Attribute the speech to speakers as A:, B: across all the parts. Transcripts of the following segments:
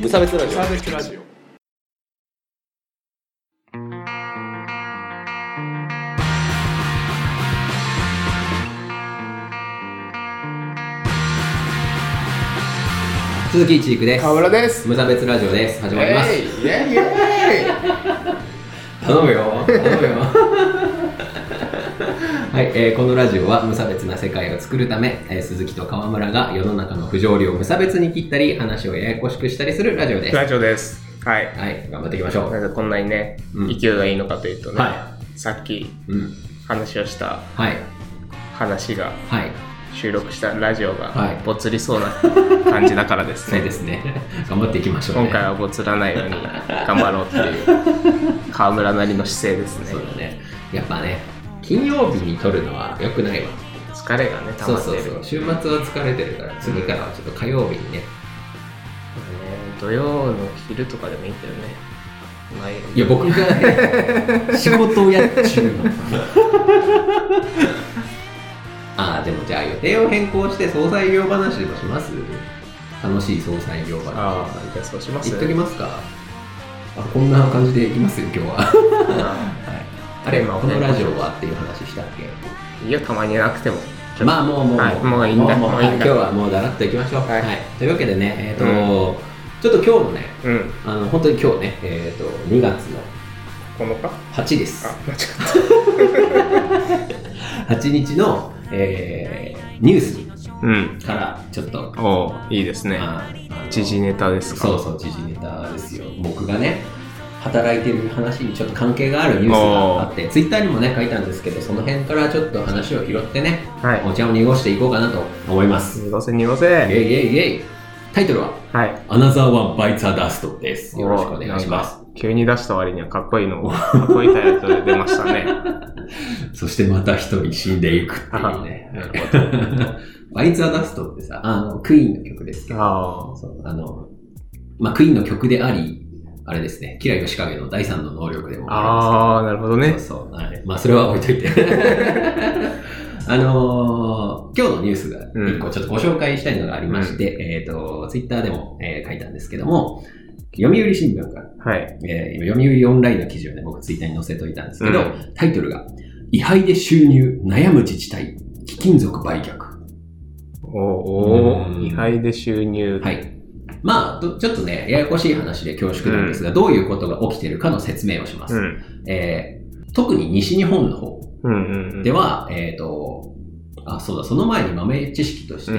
A: 無差別ラジオ
B: サーベスラジオ
A: 鈴木一陸です
B: 河村です
A: 無差別ラジオです始まります、
B: イェイイェイイェイ
A: 頼むよ頼むよ はい、えーこのラジオは無差別な世界を作るため、えー鈴木と河村が世の中の不条理を無差別に切ったり話をややこしくしたりするラジオですは
C: ラジオです。はい。
A: い頑張っていきましょ
C: な
A: う
C: ぜこんなにね、
A: うん
C: 勢いがいいのかというとね、
A: は
C: さっき
A: うん
C: 話をした
A: はい
C: 話が、
A: はい
C: 収録したラジオ
A: はい
C: が、ぼつりそうな感じだからです
A: そう
C: ね。
A: ですね頑張っていきましょう、ね、
C: 今回はぼつらないように頑張ろうっていう、 河村なりの姿勢です
A: そう
C: ね。
A: だねやっぱね金曜日に撮るのは良くないわ
C: 疲れがね、溜
A: そう
C: まって
A: そう
C: る。
A: そう週末は疲れてるから次からはちょっと火曜日にね
C: ね土曜の昼とかでもいいけどね。まあいいよ
A: いや僕が ね仕事をやっちゅうの ああでもじゃあ予定を変更して総裁業話でもします楽しい総裁業
C: ああ、
A: 話
C: じゃあそうします
A: 言っときますかあこんな感じでいきますよ今日 は、はい、あれ、
C: テーマを
A: こ
C: ね
A: のラジオはっていう話したっけ
C: いいよ、たまになくても。
A: まあもうもう、
C: はいもういいんだ
A: もう
C: もう
A: はい
C: いいん
A: 今
C: だ
A: 日はもうだらっといきましょう、は
C: はいい
A: というわけでねえっ、と、ちょっと今日のね
C: うん、
A: あの本当に今日ねえっ、と2月の
C: このか
A: 8です
C: あ、間違った。
A: 8日の、えーニュース
C: うん。
A: からちょっと、
C: おういいですね。
A: あー
C: 時事ネタですか
A: そうそう時事ネタですよ僕がね働いてる話にちょっと関係があるニュースがあってツイッターにもね書いたんですけどその辺からちょっと話を拾ってね、
C: はい
A: お茶を濁していこうかなと思います
C: 濁せ濁
A: イ
C: せ
A: ェイイェイイェイタイトルは
C: はい
A: 「アナザーワンバイツァダスト」ですよろしくお願いします
C: 急に出した割にはかっこいいのかっこいいタイトル出ましたね
A: そしてまた一人死んでいくっていうね バイツァダストってさあのクイーンの曲ですけど
C: ああ
A: そうあの、まあ、クイーンの曲であり、あれですね、キラヨシカゲの第三の能力でもあ
C: ああなるほど
A: るん
C: ね
A: ですけど、そうそう、はいまあ、それは置いといて。 あのー今日のニュースが一個ちょっとご紹介したいのがありまして、えっ、と、ツイッターでも、えー書いたんですけども、読売新聞から、
C: はい
A: えー今読売オンラインの記事をね、僕ツイッターに載せといたんですけど、
C: う
A: タイトルが、位牌で収入、悩む自治体、貴金属売却。
C: おお
A: うん
C: 位牌で収入
A: はい。まあ、どちょっとね、ややこしい話で恐縮なんですが、どういうことが起きてるかの説明をします。
C: うん
A: えー特に西日本の方
C: うんうんうん
A: では、えっ、と、あ、そうだ、その前に豆知識として、
C: う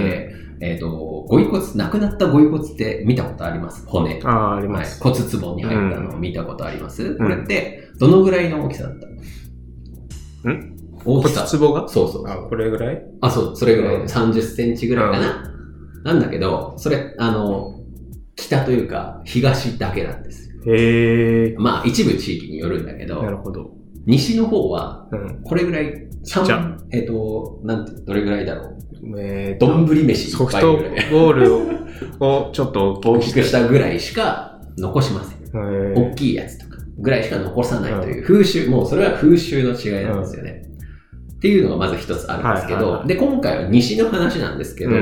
C: ん
A: えっ、と、ご遺骨、亡くなったご遺骨って見たことあります骨。
C: あああり
A: は
C: ま
A: い
C: す、
A: 骨壺に入ったのを見たことあります、
C: ん
A: これって、どのぐらいの大きさだった
C: ん
A: 大き
C: 骨
A: さ。
C: 壺が
A: そうそう。
C: あこれぐらい
A: あ、そう、それぐらい、
C: うん
A: 30センチぐらいかな。なんだけど、それ、あの、北というか、東だけなんですよ。
C: へえ
A: まあ、一部地域によるんだけ
C: なる
A: ど、
C: ほど
A: 西の方は、
C: うん
A: これぐらい、
C: ちっちゃ
A: 三えっ、と、なんて、どれぐらいだろう。
C: えーと
A: 丼飯い
C: ソ
A: っ
C: フ
A: ぱい
C: ト
A: ぐ
C: ボ
A: らい。
C: ールををちょっと
A: 大
C: 大
A: き
C: き
A: く
C: く
A: し
C: した
A: たぐらいしか残しません。大
C: へ
A: きいやつとかぐらいしか残さないという風習、もうそれは風習の違いなんですよね。っていうのがまず一つあるんですけど、
C: はいはいはい
A: で、今回は西の話なんですけ
C: え
A: ど、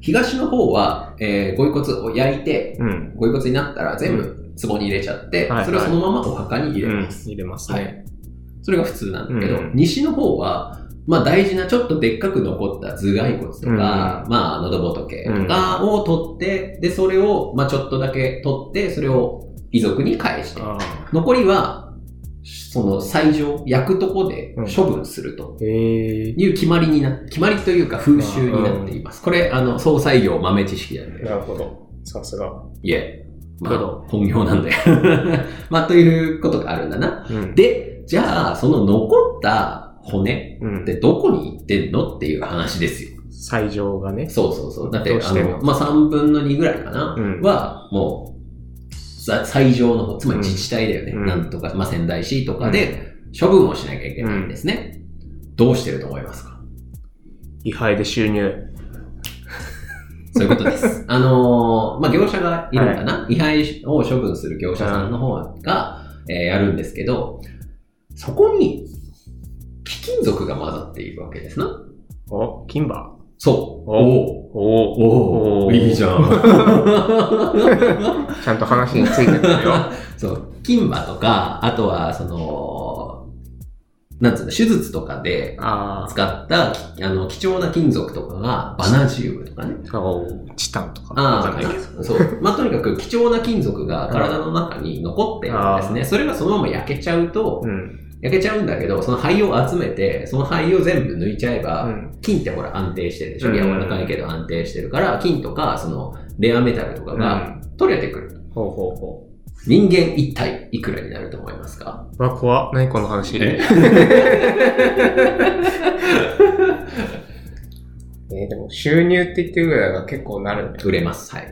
A: 東の方は、えー、ご遺骨を焼いて、
C: うん
A: ご遺骨になったら全部壺に入れちゃって、
C: はいはい
A: それをそのままお墓に入
C: う
A: れ
C: ん
A: ます。
C: 入れます
A: は
C: ね
A: い。それが普通なんだけど、
C: うん
A: 西の方は、まあ大事なちょっとでっかく残った頭蓋骨とか、
C: うん
A: まあ喉仏とかを取って、で、それを、まあちょっとだけ取って、それを遺族に返して、
C: あ
A: 残りは、その最上、焼くとこで処分すると。
C: あへえ
A: いう決まりにな、決まりというか風習になっています。これ、あの、総裁業豆知識なん
C: な
A: で。
C: るほどさすが
A: いえ。ま
C: プロ
A: あ、本業なんで。 まあ、ということがあるんだな。
C: うん
A: で、じゃあ、その残った骨
C: うん
A: ってどこに行ってんのっていう話ですよ。
C: 最上がね、
A: そうそうそう。だって、
C: どう
A: あ
C: してんの
A: の、まあ、3分の2ぐらいかな、
C: うん
A: は、もう、さ最上の方、つまり
C: うん
A: 自治体だよね。
C: うん
A: なんとか、まあ、仙台市とかで処分をしなきゃいけないんですね。どうしてると思いますか
C: 位牌で収入。
A: そういうこと です。あのーまあ、業者がいるのかな、位牌を処分する業者さんの方が、えーやるんですけど、そこに貴金属が混ざっているわけですな。
C: お、金馬
A: そう。
C: お
A: お
C: お
A: おおいいじゃん。
C: ゃん。ちゃんと話についてくる よ。
A: そう、金馬とか、あとは、その、なんつうの、手術とかで
C: あ
A: 使った、きあの、貴重な金属とかが、バナジウムとかね。
C: あ、そう。チタンとか。わか
A: あ
C: んな
A: あ
C: いけど。
A: ー、そう。まあ、とにかく貴重な金属が体の中に残ってるんですね。それがそのまま焼けちゃうと、
C: うん。
A: 焼けちゃうんだけど、その灰を集めて、その灰を全部抜いちゃえば、
C: うん
A: 金ってほら安定してるでしょ
C: うん
A: 柔らかいけど安定してるから、金とか、その、レアメタルとかが取れてくる。
C: ほうほうほ
A: 人間一体いくらになると思いますか
C: う。うわ、怖っ。何この話。
A: え
C: えーでも収入って言ってるぐらいが結構なるね。
A: 売れます。はい。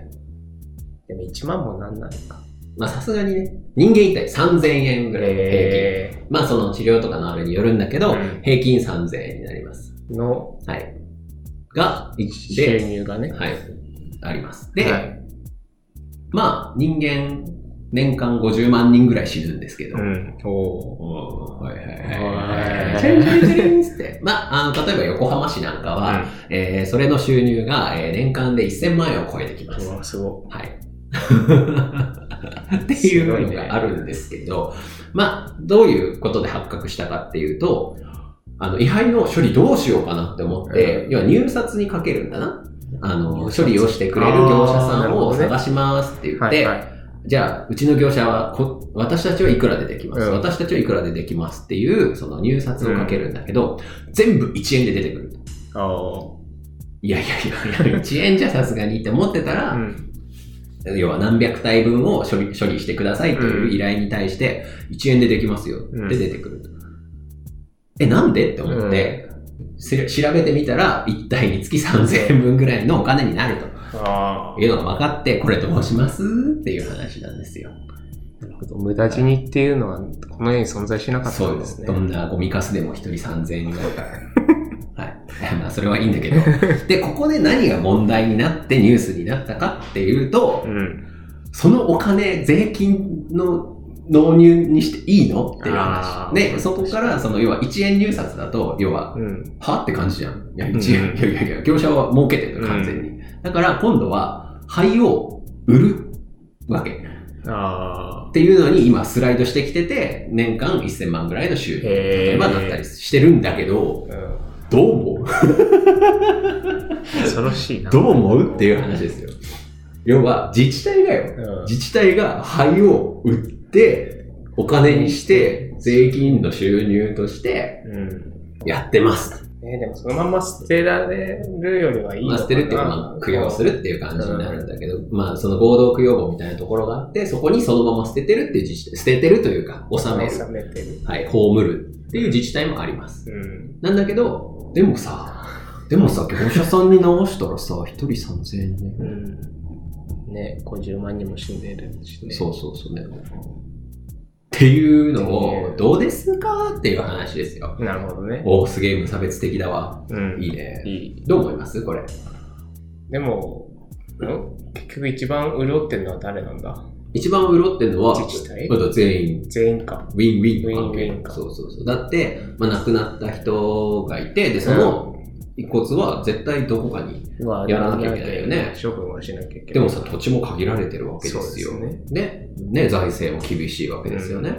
C: でも1万もなんないか。
A: まあさすがにね、人間一体3000円ぐらいの平均。
C: え
A: まあその治療とかのあれによるんだけど、
C: うん
A: 平均3000円になります。
C: ーの
A: はい。が、一
C: 収
A: で、
C: 入がね。
A: はい。あります。で、
C: はい
A: まあ人間、年間50万人ぐらい死ぬんですけど、
C: うん。おー
A: おーはいはい
C: はい
A: チェンジリンチェリンっつって。 まあ、あの、例えば横浜市なんかは、えーそれの収入が、えー年間で1000万円を超えてきま
C: うん。
A: す
C: う。わ、すご
A: はい。っていうのがあるんですけど、まあ、どういうことで発覚したかっていうと、あの、位牌の処理どうしようかなって思って、要は入札にかけるんだな。あの、
C: 入
A: 処
C: 札
A: 理をしてくれる業者さんを
C: あーなるほどね
A: 探しますって言
C: い。
A: って、
C: はいはい。
A: じゃあ、うちの業者はこ、私たちはいくらでできます、
C: うん
A: 私たちはいくらでできますっていう、その入札をかけるんだけど、全部1円で出てくる。
C: あー
A: いやいやいや いや、1円じゃさすがにって思ってたら、
C: うん。
A: 要は何百体分を処理処理してくださいといううん依頼に対して、1円でできますよ
C: うん
A: って出てくると。え、なんでって思って、せ調べてみたら、1体につき3000円分ぐらいのお金になる
C: あ
A: というのが分かって、これどうしますっていう話なんですよ。
C: あ。無駄死にっていうのは、この世に存在しなかった
A: そ
C: ん
A: う
C: で
A: ですす
C: ね。
A: どんなゴミカスでも1人3000円ぐら いから。はい。まあ、それはいいんだけど。で、ここで何が問題になってニュースになったかっていうと、
C: うん。
A: そのお金、税金の納入にしていいのっていう
C: あ
A: 話。
C: ー
A: ね、そこから、その、要は1円入札だと、要は、
C: うん。
A: はって感じじゃん。いや、1
C: う
A: 円、
C: ん
A: いやいやいや、業者は儲けてるから完全に。だから、今度は、灰を売るわけ。っ
C: ああ。
A: ていうのに、今、スライドしてきてて、年間1000万ぐらいの収入。
C: へえ。
A: まあ、なったりしてるんだけど、
C: うん。
A: どう思う
C: 恐ろしいな。
A: どう思うっていう話ですよ。要は、自治体がよ、
C: うん。
A: 自治体が灰を売って、お金にして、税金の収入として
C: うん。
A: やってます。
C: ね、でもそのまま捨てられるよりはいいの
A: ま
C: かな。
A: あ捨てるっていうか、まあ、供養するっていう感じになるんだけど、まあ、その合同供養墓みたいなところがあって、そこにそのまま捨ててるっていう自治体、捨ててるというか、納める、
C: 納めてる。
A: はい、葬るっていう自治体もあります。
C: うん。
A: なんだけど、でもさ、でもさ、業者さんに直したらさ、一人3000円ね。
C: うん。ね、50万人も死んでるしね。
A: そうそうそうね。っていうのを、どうですかっていう話ですよ。
C: なるほどね。
A: おお、すげえ無差別的だわ。
C: うん。
A: いい
C: い
A: ね。
C: い。
A: どう思いますこれ。
C: でも、ん結局一番潤ってるのは誰なんだ
A: 一番潤ってるのは、
C: 自治体
A: まだ全員、
C: 全員か。
A: ウィンウィンの関
C: ウィンウィ
A: 係
C: ンか
A: そうそうそう。だって、まあ、亡くなった人がいて、で、その遺骨は絶対どこかに。
C: うわ
A: やらなきゃいけないよね
C: 処分はしなきゃいけない。
A: でもさ、土地も限られてるわけですよ。
C: そうで
A: ねね。財政も厳しいわけですよね。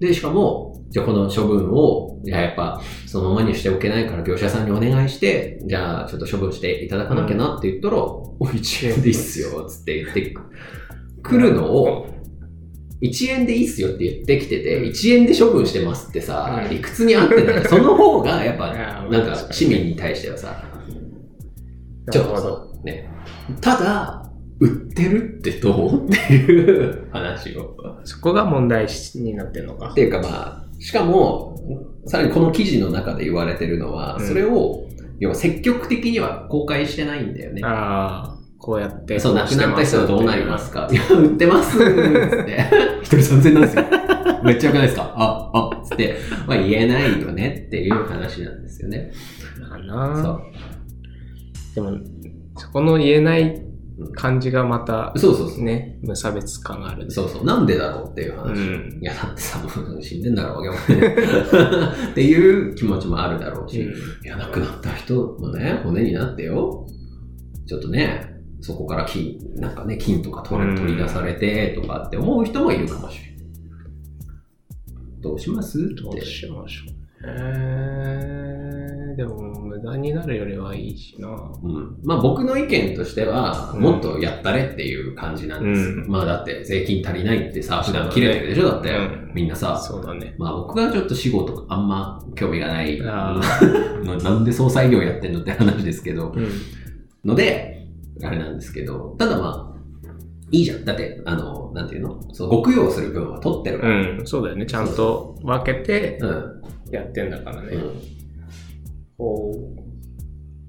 A: で、しかも、じゃあこの処分を、いや、やっぱ、そのままにしておけないから業者さんにお願いして、じゃあちょっと処分していただかなきゃなって言ったら、おい、1円でいいっすよ、つって言ってくるのを、1円でいいっすよって言ってきてて、1円で処分してますってさ
C: う、ん
A: 理屈に合ってない。その方が、やっぱ、
C: いや
A: なんか、市民に対してはさ、ちょっと
C: なるほ
A: さ、ね。ただ、売ってるってどうっていう話を。
C: どそこが問題になってるのか
A: っ。ていうかまあ、しかも、さらにこの記事の中で言われてるのは、
C: うん
A: それを、要は積極的には公開してないんだよね。
C: ああ、こうやって。
A: そう、亡くなった人はどうなりますすかい や、売ってますっつって。 一人3000なんです よ。めっちゃ良くないですかあ、あ、つって。まあ言えないよねっていう話なんですよね。
C: か
A: そ
C: な
A: う。
C: でも、そこの言えない
A: うん
C: 感じがまた、
A: そうそうそう。
C: ね、無差別感があるね。
A: そうそう。なんでだろうっていう話。
C: うん
A: いや、だってさ、もう死んでんだからわけわかんない。 っていう気持ちもあるだろうし、いや、亡くなった人もね、骨になってよ。ちょっとね、そこから金、なんかね、金とか取
C: う
A: れ
C: ん
A: 取り出されて、とかって思う人もいるかもしれない。どうしますっ
C: どう
A: て。
C: しましょうね。でも、無駄になるよりはいいしな。
A: うん、まあ僕の意見としては、
C: うん
A: もっとやったれっていう感じなんです。
C: うん
A: まあだって税金足りないってさ、
C: そ
A: 普段
C: うだね
A: 切れてるでしょだって、
C: うん
A: みんなさ。
C: そうだね。
A: まあ僕がちょっと死後とかあんま興味がない。
C: あ
A: ななんで総裁業やってんのって話ですけど。
C: うん。
A: ので、あれなんですけど、ただまあ、いいじゃん。だって、あの、なんていうのそのご供養する分は取ってるから。
C: うん、そうだよね。ちゃんと分けて
A: うん。
C: やってんだからね。
A: うん
C: こ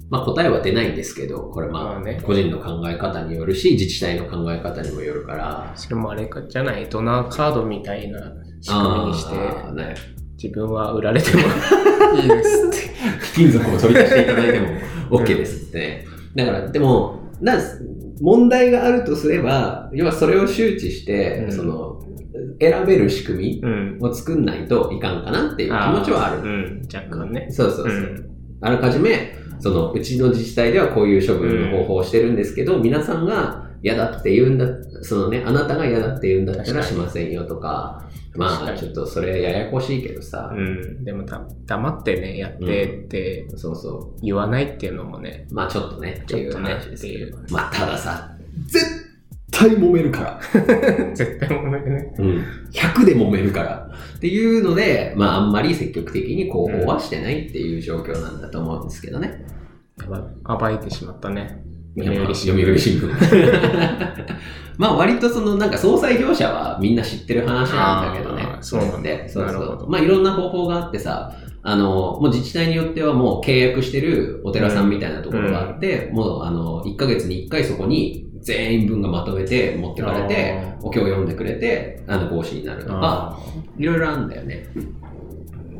A: まあ答えは出ないんですけど、これ
C: ま
A: ま
C: あね
A: あ、個人の考え方によるし、自治体の考え方にもよるから
C: う、それもあれかじゃない、ドナーカードみたいな仕組みにして、
A: あーね、
C: 自分は売られてもいいですって。
A: 金属を取り出していただいても OK ですってね。だから、でも、なん問題があるとすれば、要はそれを周知して、
C: うん
A: その、選べる仕組
C: うん。
A: みを作んないといかんかなっていう気持ちはある。
C: うん、若干ね。
A: そうそうそう。
C: ん。
A: あらかじめ、その、うちの自治体ではこういう処分の方法をしてるんですけど、皆さんが嫌だって言うんだ、そのね、あなたが嫌だって言うんだったら
C: 確か
A: し
C: に
A: ませんよとか、
C: 確
A: ま
C: か
A: あ、
C: に
A: ちょっとそれややこしいけどさ、
C: うん、でもだ、黙ってね、やってって
A: そうそ
C: 言わないっていうのもね、
A: う。まあ、ちょっとね、
C: って
A: ちょ
C: い
A: っ
C: う
A: と
C: ね
A: 話ですけど
C: っ。
A: まあ、たださ、絶対揉めるから。
C: 絶対もめね。
A: うん。100で揉めるから。っていうので、まあ、あんまり積極的に広報はしてないっていう状況なんだと思うんですけどね。
C: やば暴いてしまったね。
A: 読
C: 読売
A: 売
C: 新
A: 新
C: 聞
A: 聞。 まあ割とそのなんか総裁業者はみんな知ってる話なんだけどね
C: あ。ーそうなんだ
A: でそう
C: なる
A: そ
C: ほ
A: う
C: ど
A: まあいろんな方法があってさ、あの、もう自治体によってはもう契約してるお寺さんみたいなところがあって、もうあの、1ヶ月に1回そこに全員分がまとめて持ってかれて、
C: あー
A: お経を読んでくれて、あの、講師になるとか、
C: あ
A: いろいろあるんだよね。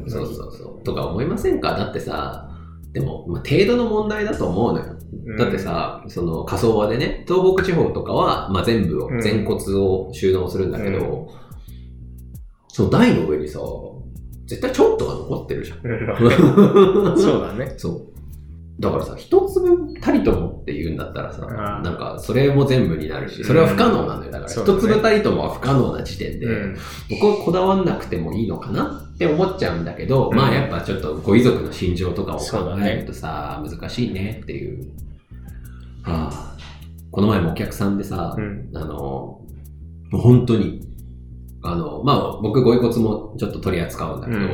A: そうそうそう。とか思いませんかだってさ、でも、まあ、程度の問題だと思うのよ。
C: ー
A: だって、さ、その火葬場でね、東北地方とかは、まあ、全部を
C: う、ん
A: 全骨を収納するんだけど、その台の上にさ、絶対ちょっとが残ってるじゃん。
C: うんうんそうだね。
A: そう。だからさ、一粒たりともって言うんだったらさ、
C: あー
A: なんかそれも全部になるし、それは不可能なんだよ。だから
C: そう
A: 一
C: だね
A: 粒たりともは不可能な時点で、
C: うん。
A: 僕はこだわんなくてもいいのかなって思っちゃうんだけ
C: う
A: ど、
C: ん
A: まあやっぱちょっとご遺族の心情とかを
C: そう
A: 考
C: だ
A: え
C: ね
A: るとさ、難しいねっていう。はあ、この前もお客さんでさ、
C: うん。
A: あの、もう本当に、あの、まあ僕ご遺骨もちょっと取り扱うんだけど、
C: うん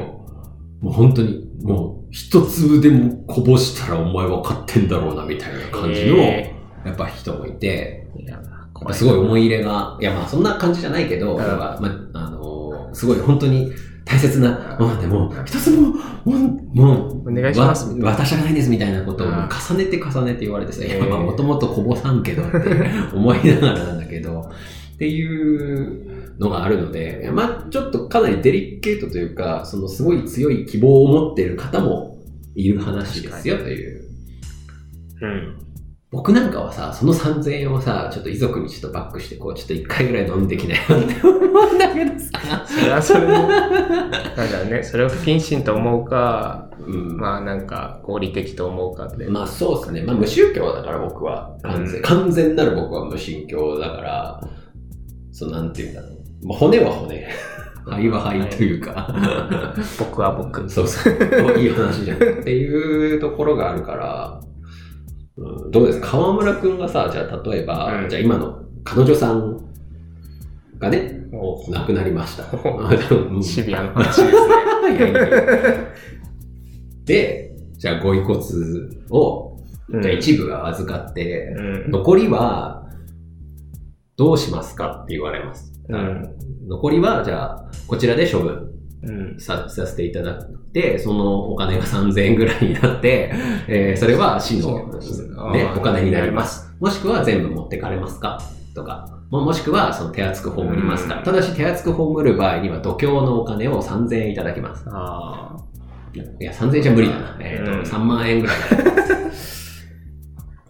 A: もう本当に、もう一粒でもこぼしたらお前分かってんだろうなみたいな感じの、
C: え
A: やっぱ人もいて、
C: ーいや
A: まあすごい思い入れが、いやまあそんな感じじゃないけど、
C: ん
A: なんかまああのーすごい本当に大切なものでも、一つも、もう、もう、
C: お願いしますみたいな
A: わ私じゃないですみたいなことを
C: うん
A: 重ねて重ねて言われてさ、いや
C: へー
A: まあもともとこぼさんけどって思いながらなんだけど、っていうのがあるので、いやまあちょっとかなりデリケートというか、そのすごい強い希望を持っている方もいる話ですよという。
C: うん。
A: 僕なんかはさ、その3000円をさ、ちょっと遺族にちょっとバックして、こう、ちょっと1回ぐらい飲んできなよって思うんだけどさ。
C: それはそれで、なんだろうね、それを不謹慎と思うか、
A: うん、まあ、
C: まあなんか合理的と思うかで。
A: そうですね。まあ無宗教だから僕は、完全、
C: うん
A: 完全なる僕は無神教だから、そう、なんていうんだろう。まあ、骨は骨。肺は肺というか。
C: 僕は僕。
A: そうそう。いい話じゃん。っていうところがあるから、うん、どうですか河村くんがさ、じゃあ例えば、
C: うん
A: じゃあ今の彼女さんがね、亡くなりま した。
C: シビアな話ですね。
A: で、じゃあご遺骨を、
C: うん
A: じゃあ一部は預かって、
C: うん
A: 残りは、どうしますかって言われます。
C: うん
A: 残りは、じゃあ、こちらで処分
C: うん
A: ささせていただいて、そのお金が3000円ぐらいになって、えーそれは市の
C: そう、
A: ね
C: あ、ー
A: お金になります。もしくは全部持ってかれますかとか、ももしくはその手厚く葬りますか、
C: うん
A: ただし手厚く葬る場合には、度胸のお金を3000円いただきます。
C: ああ、
A: いや、3000円じゃ無理だな。えっ、と、
C: うん
A: 3万円ぐらいだな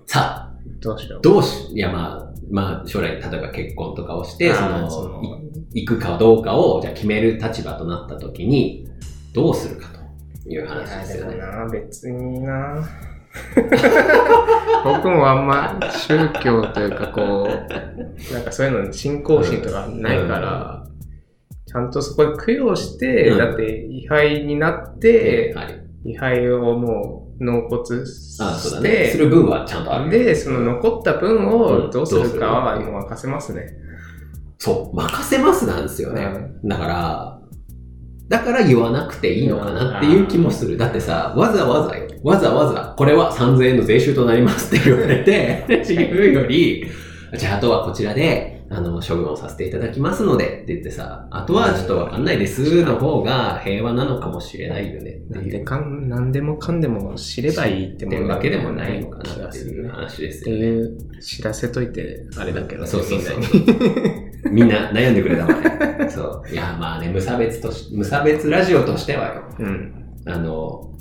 A: さあ、
C: どうしよう。
A: どうし、いやまあ、まあ将来例えば結婚とかをして、そ
C: あー
A: の、い行くかどうかをじゃあ決める立場となった時に、どうするかという話ですよ
C: い
A: ね。
C: やでもな、別に な。僕もあんま宗教というかこう、なんかそういうのに信仰心とかないから、ちゃんとそこで供養して、
A: うん
C: だって位牌になって、
A: はい。
C: 位牌をもう納骨し
A: あそうだ
C: て、
A: ね。する分はちゃんとある。
C: で、その残った分
A: う
C: を
A: ん
C: どうするかは
A: どうする
C: もう任せますね。
A: そう、任せますなんですよね。だから、だから言わなくていいのかなっていう気もする。だってさ、わざわざよ、わざわざ、これは3000円の税収となりますって言わ れて、言うより、じゃああとはこちらで、あの、処分をさせていただきますのでって言ってさ、あとはちょっとわかんないですの方が平和なのかもしれないよねって
C: なん
A: い
C: で
A: う。
C: かん、なんでもかんでも知ればいいって
A: って
C: も
A: い
C: ん
A: うわけでもな
C: ない
A: いのか
C: 気が
A: なって
C: す
A: い
C: る
A: う
C: ね。
A: 話で
C: っ
A: す
C: て
A: よね。
C: いう知らせといて、あれだけどね、
A: そうそうそう
C: みんなに。
A: みんな悩んでくれたわね。そう。いや、まあね、無差別とし、無差別ラジオとしてはよ、
C: うん。
A: あの、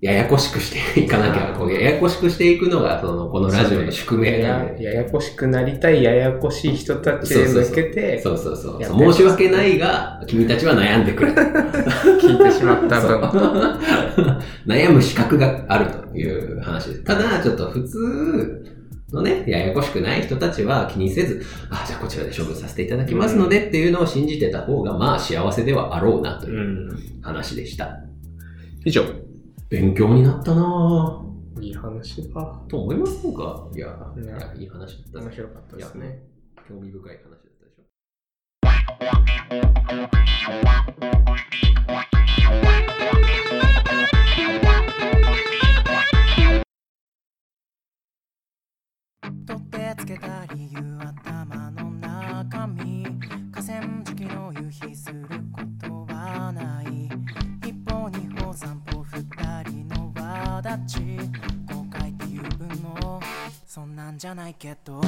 A: ややこしくしていかなきゃ、こうややこしくしていくのが、その、このラジオの宿
C: や
A: 命なん
C: や
A: で。
C: ややこしくなりたいややこしい人たちへ向けて
A: そうそうそう。
C: や
A: そ
C: ってます
A: う申し訳ないが、君たちは悩んでくれ た。
C: 聞いてしまった
A: そう
C: 分。
A: 悩む資格があるという話です。ただ、ちょっと普通のね、ややこしくない人たちは気にせず、あ、じゃあこちらで処分させていただきますのでっていうのを信じてた方が、まあ幸せではあろうなと
C: う。
A: いうん話でした。
C: 以上。
A: 勉強になったなぁ
C: いい話だ。
A: と思いませんかいや、
C: ね
A: いやいい話だった
C: 面
A: ぜ
C: 白かったですね。
A: 興味深い話だったでしょ。
D: 取ってつけた理由頭の中身河川敷の夕日することはない一歩二歩三歩二人の輪立ち後悔っていう分のそんなんじゃないけど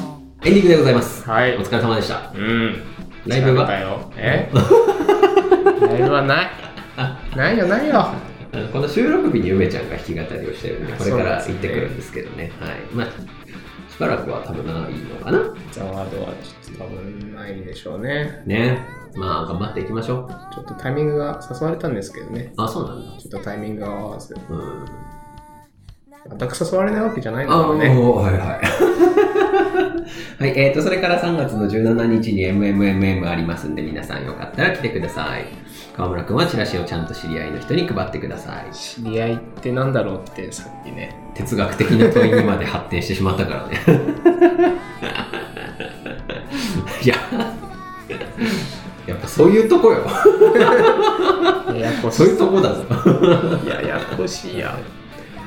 A: エンディングでございます。
C: はい
A: お。疲れ様でした。
C: うん。
A: ライブは
C: 疲れたよ。 えライブはない。ないよ、ないよ。
A: あのこの収録日に梅ちゃんが弾き語りをしてるんで、これから行ってくるんですけどね。はい。まあ、しばらくは多分ないのかな。
C: ザワードはちょっと多分ないでしょうね。
A: ね。まあ、頑張っていきましょう。
C: ちょっとタイミングが誘われたんですけどね。
A: あ、そうなんだ。
C: ちょっとタイミングが合わず。
A: うん。
C: 全く誘われないわけじゃないんだ
A: あ
C: か
A: あ、
C: らね。
A: はい はい。はい、えーと、それから3月の17日に MMMM ありますんで、皆さんよかったら来てください。川村くんはチラシをちゃんと知り合いの人に配ってください。
C: 知り合いってなんだろうってさっき ね。
A: 哲学的な問いにまで発展してしまったからね いややっぱそういうとこよ
C: ややこし
A: そう
C: い
A: いうとこだぞ
C: ややこしいや。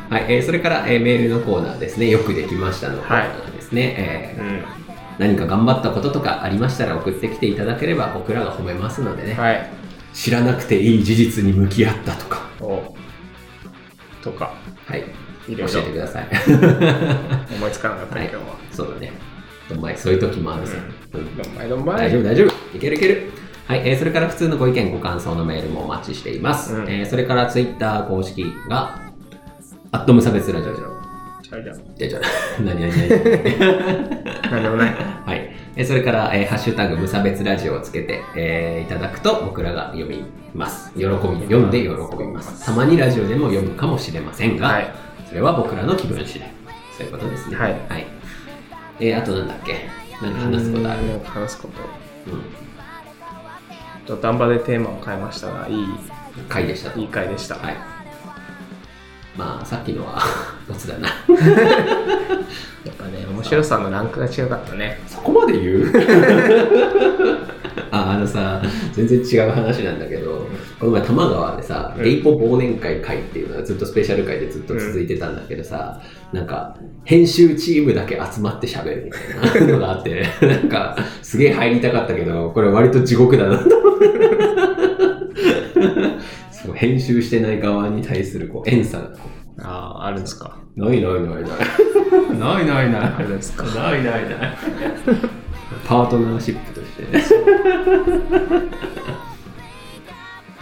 A: はい、えーそれから、えーメールのコーナーですねよくできましたのコーナーですね、え
C: う
A: ー
C: ん。
A: 何か頑張ったこととかありましたら送ってきていただければ僕らが褒めますのでね、
C: はい。
A: 知らなくていい事実に向き合ったとか
C: おとか、
A: はい
C: い
A: 教
C: ろいろ
A: えてください
C: 思いつかなかった、
A: はい
C: 今日は。
A: そうだねどんまいそういう時もあるさ、うん
C: どんまいどんま
A: 大
C: い。
A: 丈夫大丈夫いけるいけるはい、えーそれから普通のご意見ご感想のメールもお待ちしています、
C: うん
A: えーそれからツイッター公式がアット無差別ラジオじゃ
C: ちゃうじゃ
A: じゃじゃ 何何 何
C: ん。なんでもない。
A: はい、えーそれから、えーハッシュタグ無差別ラジオをつけて、えーいただくと僕らが読みます喜び読んで喜びますたまにラジオでも読むかもしれませんが、
C: はい。
A: それは僕らの気分次第そういうことですね
C: はい
A: えーあとなんだっけ何か話すことある
C: なんか話すこと。
A: うん
C: 土壇場でテーマを変えましたが、いい、
A: 回でしたと
C: いい回でした。
A: はい。まあ、さっきのは、 雑だな。
C: やっぱね、面白さのランクが違かったね。
A: そこまで言 うあ、あのさ、全然違う話なんだけど、この前、多摩川でさ、
C: うん
A: ゲイポ忘年会会っていうのがずっとスペシャル会でずっと続いてたんだけどさ、なんか、編集チームだけ集まって喋るみたいなのがあって、 なんか、すげえ入りたかったけど、これ割と地獄だなと思って。 そう編集してない側に対するこう、遠さがこう
C: ああ、あるんですか。
A: ないないないない。ないない
C: あ
A: な
C: るんですか。
A: ないないない。パートナーシップとしてね。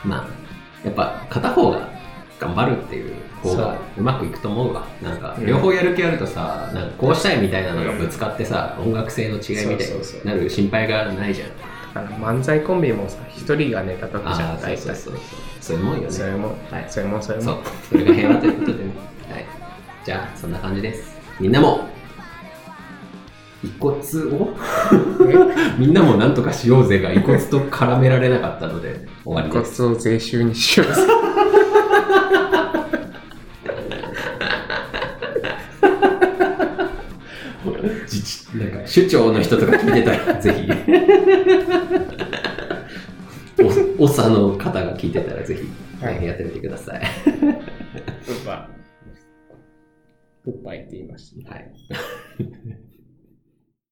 A: まあ、やっぱ片方が頑張るっていう方がうまくいくと思うわなんか両方やる気あるとさなんかこうしたいみたいなのがぶつかってさ音楽性の違いみたい
C: そう
A: に
C: そうそう
A: なる心配がないじゃん
C: あの漫才コンビもさ、一人がネタ書くじゃん、
A: ああー
C: 大
A: そう
C: 体。
A: そうそうそうそういうもんよね
C: それも
A: は、い
C: それも、それ
A: そ
C: も
A: う。それが平和ということでねはいじゃあそんな感じですみんなも遺骨 をみんなもなんとかしようぜが遺骨と絡められなかったので終わり
C: コ
A: です
C: ツを税収にしよ うぜ。
A: 自治なんか首長の人とか聞いてたらぜ ひお長の方が聞いてたらぜひ、
C: はい
A: やってみてください、
C: グッバイ。グッバイって言いましたね。
A: はい、